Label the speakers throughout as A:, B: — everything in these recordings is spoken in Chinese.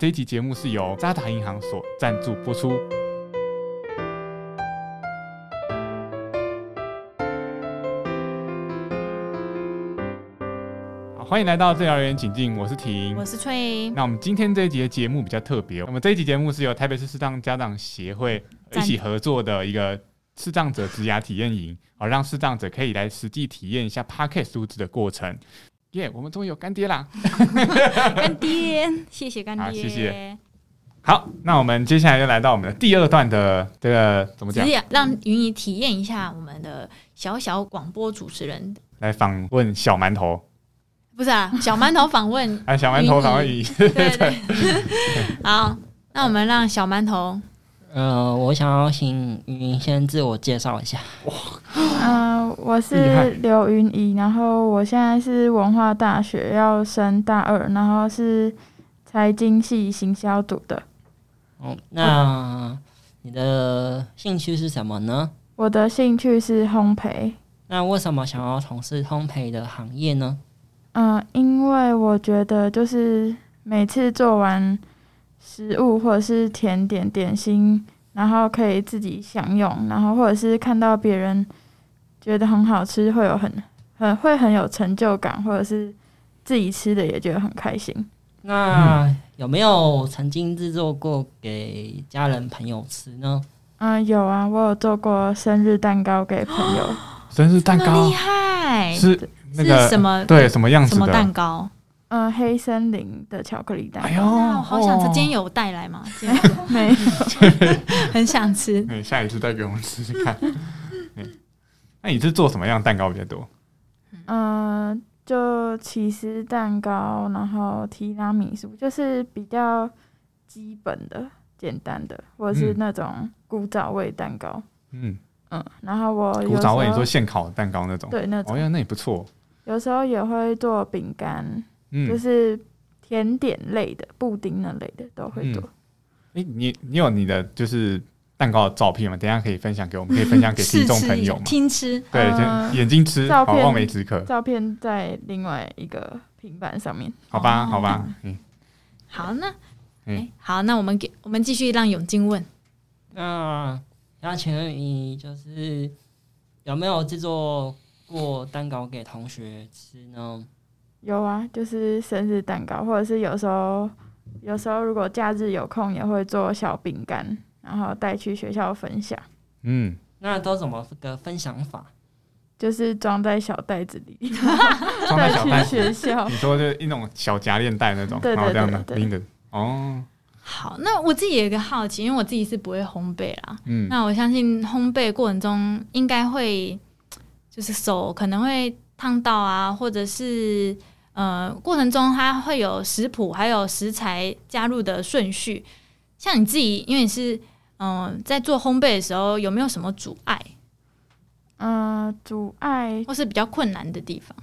A: 这一集节目是由渣打银行所赞助播出。好，欢迎来到治疗员景静，我是婷
B: 我。是翠英，
A: 那我们今天这一集的节目比较特别，我们这一集节目是由台北市视障家长协会一
B: 赞
A: 起合作的一个视障者职涯体验营，好让视障者可以来实际体验一下 Podcast 录制的过程。耶、我们终于有干爹啦！
B: 干爹， 谢谢干
A: 好
B: 爹，
A: 谢谢。好，那我们接下来就来到我们的第二段的这个怎么
B: 只
A: 讲？
B: 是让云姨体验一下我们的小小广播主持人，
A: 来访问小馒头，，
B: 不是啊，小馒头访 问
A: 哎，小馒头访问你，
B: 对对对。 好，那我们让小馒头，
C: 呃，我想要请云先自我介绍一下。
D: 呃，我
A: 厉害
D: 是刘云怡，然后我现在是文化大学要升大二，然后是财经系行销组的。
C: 哦，那你的兴趣是什么呢？
D: 我的兴趣是烘焙，
C: 那为什么想要从事烘焙的行业呢？
D: 嗯、因为我觉得就是每次做完食物或者是甜点点心，然后可以自己享用，然后或者是看到别人觉得很好吃，会有很很会很有成就感，或者是自己吃的也觉得很开心。
C: 那有没有曾经制作过给家人朋友吃呢？
D: 嗯，有啊，我有做过生日蛋糕给朋 友，
A: 生日
B: 这
A: 蛋
B: 么
A: 糕
B: 厉害，
A: 是那个
B: 是什么
A: 对什么样
B: 什
A: 子
B: 么蛋
A: 的？
B: 糕？
D: 嗯，黑森林的巧克力蛋
A: 哎
D: 糕，
A: 呦，
B: 那我好想吃，
A: 哦
B: 今天有带来吗？今天
D: 没有，
B: 很想吃。
A: 嗯，下一次再给我们试试看。 嗯那你是做什么样的蛋糕比较多？
D: 嗯，就起司蛋糕，然后提拉米苏，就是比较基本的、简单的，或者是
A: 嗯
D: 那种古早味蛋糕，
A: 嗯，
D: 嗯，然后我有
A: 古早味，
D: 时
A: 你说
D: 候
A: 现烤蛋糕那种？
D: 对那
A: 哦
D: 种，
A: 呀，那也不错。
D: 有时候也会做饼干，就
A: 嗯，
D: 是甜点类的、布丁那类的都会
A: 嗯
D: 做。
A: 哎，你你有你的就是蛋糕的照片吗？等一下可以分享给我们，可以分享给听
B: 试
A: 众
B: 吃
A: 朋
B: 一下
A: 友，吗？
B: 听吃，
A: 对，
D: 呃
A: 就眼睛吃，
D: 照
A: 好
D: 片
A: 望梅止渴，
D: 照片在另外一个平板上面。
A: 好吧，
B: 哦
A: 好吧，嗯，
B: 好，那
A: 嗯
B: 哎，好，那我们给我们继续让永进问。
C: 那那请问你就是有没有制作过蛋糕给同学吃呢？
D: 有啊，就是生日蛋糕，或者是有时候有时候如果假日有空，也会做小饼干，然后带去学校分享，
A: 嗯，
C: 那都怎么个分享法？
D: 就是装在小袋子 里
A: 装在
D: 带
A: 小袋
D: 去
A: 子
D: 学校
A: 你。说就是一种小夹链袋那种，
D: 对对
A: 然后这样的
D: 对对
A: 拎着。哦，
B: 好，那我自己有一个好奇，因为我自己是不会烘焙啦。
A: 嗯，
B: 那我相信烘焙过程中应该会，就是手可能会烫到啊，或者是呃，过程中它会有食谱还有食材加入的顺序。像你自己，因为你是嗯、呃在做烘焙的时候，有没有什么阻碍
D: 嗯、阻碍，
B: 或是比较困难的地方？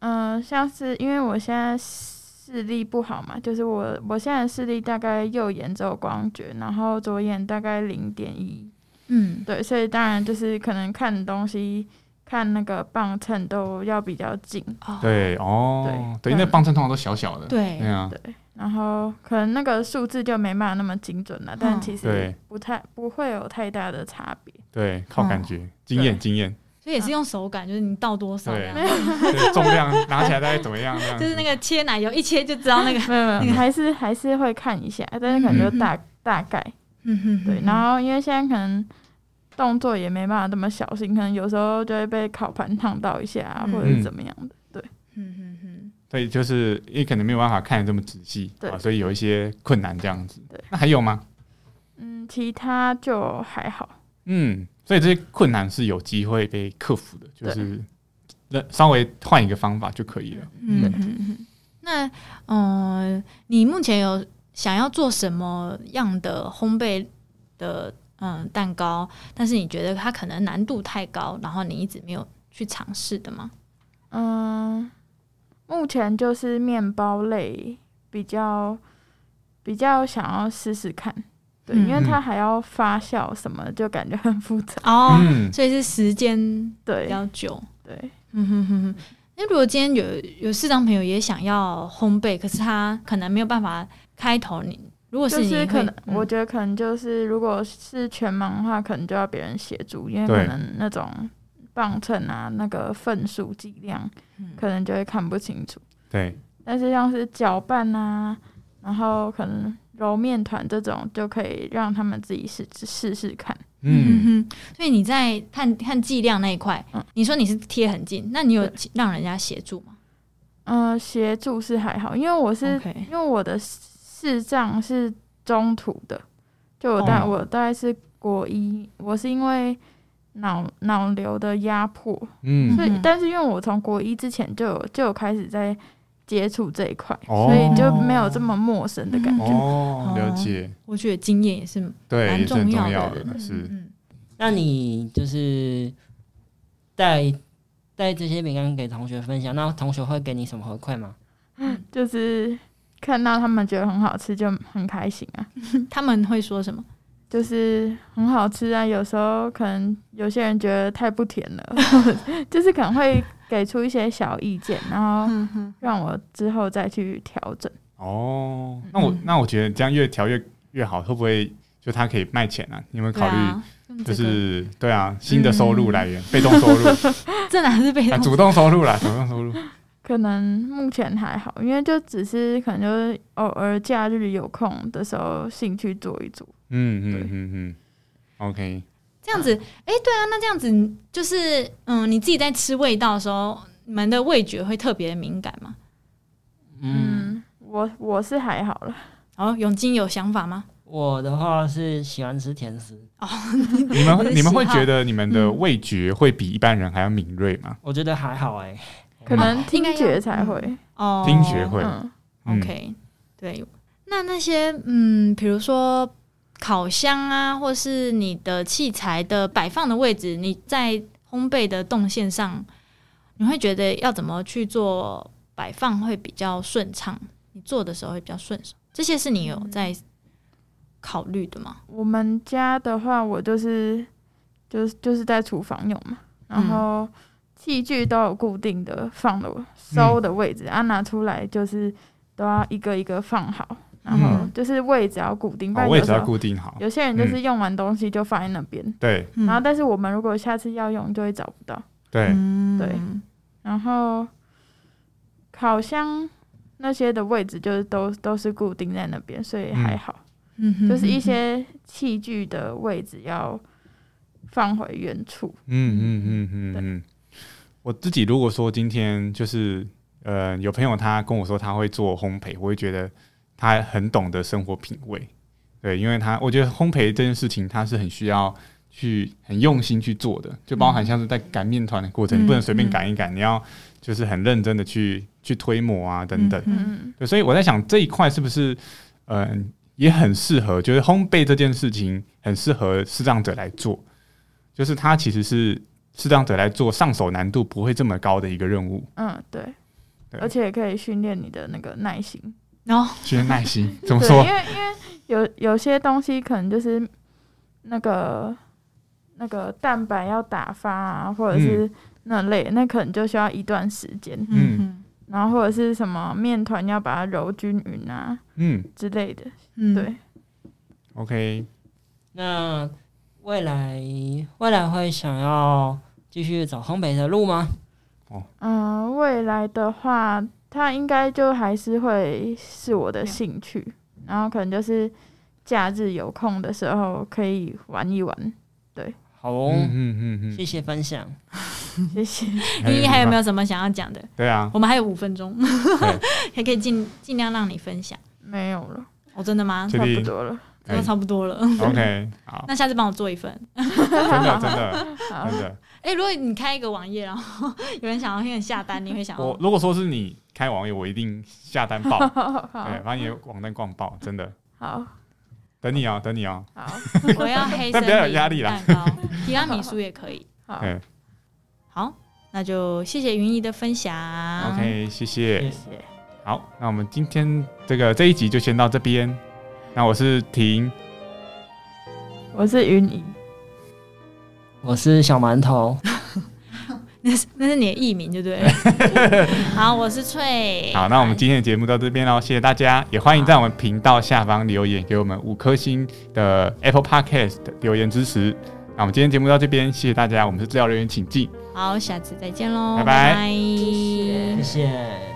D: 嗯、像是因为我现在视力不好嘛，就是我我现在的视力大概右眼只有光觉，然后左眼大概零点一
B: 嗯，
D: 对，所以当然就是可能看东西、看那个磅秤都要比较近，
B: 哦，
A: 对，哦，对，
D: 对
A: 因为
D: 嗯
A: 棒秤通常都小小的，
B: 对
A: 对啊，
D: 对，然后可能那个数字就没办法那么精准了，但
B: 嗯
D: 其实
A: 对
D: 不太不会有太大的差别。
A: 对，靠感觉，
D: 嗯
A: 经验，经验，
B: 所以也是用手感，就是你倒多少
A: 对啊
B: 这样，
A: 对，重量拿起来大概怎么样？这样子
B: 就是那个切奶油一切就知道那个。
D: 没有没有，还是还是会看一下，但是可能就大、大概
B: 嗯哼
D: 对。然后因为现在可能动作也没办法这么小心，可能有时候就会被烤盘烫到一下，啊
B: 嗯
D: 或者是怎么样的。
B: 嗯哼哼，
A: 对，就是因为可能没有办法看得这么仔细，
D: 对
A: 啊，所以有一些困难这样子
D: 对。
A: 那还有吗？
D: 嗯，其他就还好。
A: 嗯，所以这些困难是有机会被克服的，就是那稍微换一个方法就可以了。
B: 嗯
A: 嗯
B: 哼哼。那嗯、呃你目前有想要做什么样的烘焙的嗯蛋糕？但是你觉得它可能难度太高，然后你一直没有去尝试的吗？
D: 嗯，目前就是面包类比较比较想要试试看，对，因为
A: 嗯
D: 它还要发酵什么，就感觉很复杂。
B: 哦，
A: 嗯，
B: 所以是时间比
D: 对
B: 较久。
D: 对，
B: 嗯哼哼哼。那如果今天有有市场朋友也想要烘焙，可是他可能没有办法开头，你如果
D: 就是
B: 你
D: 是
B: 会，
D: 可能，
B: 嗯
D: 我觉得可能就是，如果是全盲的话，可能就要别人协助，因为
A: 对
D: 可能那种磅秤啊、那个份数、计量，
B: 嗯
D: 可能就会看不清楚。
A: 对，
D: 但是像是搅拌啊，然后可能揉面团这种，就可以让他们自己试试试看。
A: 嗯，
B: 嗯哼，所以你在看看剂量那一块，
D: 嗯
B: 你说你是贴很近，那你有
D: 对
B: 让人家协助吗
D: 嗯、协助是还好，因为我是
B: ？OK，
D: 因为我的视障是中途的，就我大、
A: 哦
D: 我大概是国一，我是因为脑脑瘤的压迫，
A: 嗯
D: 所以
B: 嗯
D: 但是因为我从国一之前就有就有开始在接触这一块，
A: 哦
D: 所以就没有这么陌生的
B: 嗯
D: 感觉。
A: 哦，了解，
B: 我觉得经验也是
A: 对，
B: 蛮
A: 也是很重
B: 要
A: 要
B: 的
A: 的，
B: 嗯
A: 是，
B: 嗯
C: 那你就是带带这些饼干给同学分享，那同学会给你什么回馈吗？
D: 就是看到他们觉得很好吃就很开心啊，
B: 嗯他们会说什么？
D: 就是很好吃啊。有时候可能有些人觉得太不甜 了，就是可能会给出一些小意见，然后
B: 嗯哼，
D: 让我之后再去调整。
A: 哦，那我
B: 嗯
A: 那我觉得这样越调越越好，会不会就它可以卖钱啊？你们
B: 对
A: 考虑
B: 啊，用
A: 就
B: 这个 嗯
A: 是对啊，新的收入来源，被动收入
B: 这哪是被
A: 啊，
B: 动
A: 主动收入啦，主动收入，
D: 可能目前还好，因为就只是可能就是偶尔假日有空的时候兴趣做一做。
A: 嗯
D: 对
A: 嗯嗯嗯，OK，
B: 这样子，哎、对啊，那这样子就是，嗯，你自己在吃味道的时候，你们的味觉会特别敏感吗？
C: 嗯，
D: 嗯，我我是还好了，
B: 然后永哦金有想法吗？
C: 我的话是喜欢吃甜食，
A: 你们 会
B: 你的
A: 你们会
B: 喜好
A: 觉得你们的
B: 嗯
A: 味觉会比一般人还要敏锐吗？
C: 我觉得还好哎、
D: 可能
B: 应
D: 听
B: 该要
D: 觉才会。
B: 哦，
A: 听觉会，
D: 嗯，
A: 嗯
B: OK，对。那那些，嗯，比如说烤箱啊，或是你的器材的摆放的位置，你在烘焙的动线上，你会觉得要怎么去做摆放会比较顺畅？你做的时候会比较顺手，这些是你有在考虑的吗？
D: 我们家的话，我就是就是就是在厨房用嘛，
B: 嗯
D: 然后器具都有固定的放的收的位置，啊，拿出来就是都要一个一个放好，然后
B: 嗯
D: 就是位置要固定，不
A: 哦，
D: 然
A: 位
D: 有
A: 置
D: 时
A: 要
D: 候
A: 固定好，
D: 有些人就是用完东西就放在那边。
A: 对
B: 嗯
D: 然后，但是我们如果下次要用，就会找不到。
A: 对，
B: 嗯
D: 对然后烤箱那些的位置就是都都是固定在那边，所以还好。
B: 嗯哼
D: 就是一些器具的位置要放回原处。
A: 嗯嗯嗯嗯嗯，我自己如果说今天就是呃，有朋友他跟我说他会做烘焙，我会觉得他很懂得生活品味，对，因为他我觉得烘焙这件事情他是很需要去很用心去做的，就包含像是在擀面团的过程，
B: 嗯
A: 你不能随便擀一擀，你要就是很认真的去去推磨啊等等，
D: 嗯，
A: 对，所以我在想这一块是不是，嗯、也很适合，就是烘焙这件事情很适合视障者来做，就是它其实是视障者来做上手难度不会这么高的一个任务，
D: 嗯，对。
A: 对
D: 而且也可以训练你的那个耐心，
B: 然后
A: 学耐心 怎么
D: 对，
A: 说
D: 因？为因为有有些东西可能就是那个那个蛋白要打发啊，或者是那类，那可能就需要一段时间，
A: 嗯
B: 嗯
D: 然后或者是什么面团要把它揉均匀啊
A: 嗯
D: 之类的，
B: 嗯
D: 对，
A: ，OK，
C: 那未来未来会想要继续走烘焙的路吗？
D: 嗯，未来的话，它应该就还是会是我的兴趣，然后可能就是假日有空的时候可以玩一玩。
C: 好哦，
A: 嗯嗯嗯
C: 谢谢分享。
D: 谢谢。
A: 嗯，
B: 依依还有没
A: 有？
B: 有什么想要讲的？
A: 对啊，
B: 我们还有五分钟，
A: 对
B: 还可以尽尽量让你分享。
D: 没有了，
B: 哦，真的吗？
A: 确
D: 差不
A: 定
D: 多了。
B: 真的
A: 哎
B: 差不多了。
A: ，OK，好，
B: 那下次帮我做一份。
A: 真的真的
D: 好
A: 真，的，
B: 哎、如果你开一个网页，然后有人想要跟你下单，你会想
A: 我
B: 要？
A: 如果说是你开网页，我一定下单爆，
D: 好
A: 对，把你的网站逛爆，真的，
D: 好
A: 等你哦，等你哦，
D: 好
B: 我要黑森
A: 但
B: 林
A: 不要有压力啦
B: 蛋糕，提拉米苏也可以。
D: 好，
A: 对
B: 好，那就谢谢云姨的分享。
A: ，OK，谢谢。
D: 谢谢，
A: 好，那我们今天这个这一集就先到这边。那我是婷，
D: 我是云姨。
C: 我是小馒头，
B: 那是那是你的艺名，对不对了？ 好，我是翠。
A: 好，那我们今天的节目到这边哦喽，谢谢大家，也欢迎在我们频道下方留言，给我们五颗星的 Apple Podcast 的留言支持。那我们今天节目到这边，谢谢大家，我们是治疗人员，请进。
B: 好，下次再见喽，
A: 拜拜
B: 拜
D: 谢谢
C: 谢谢。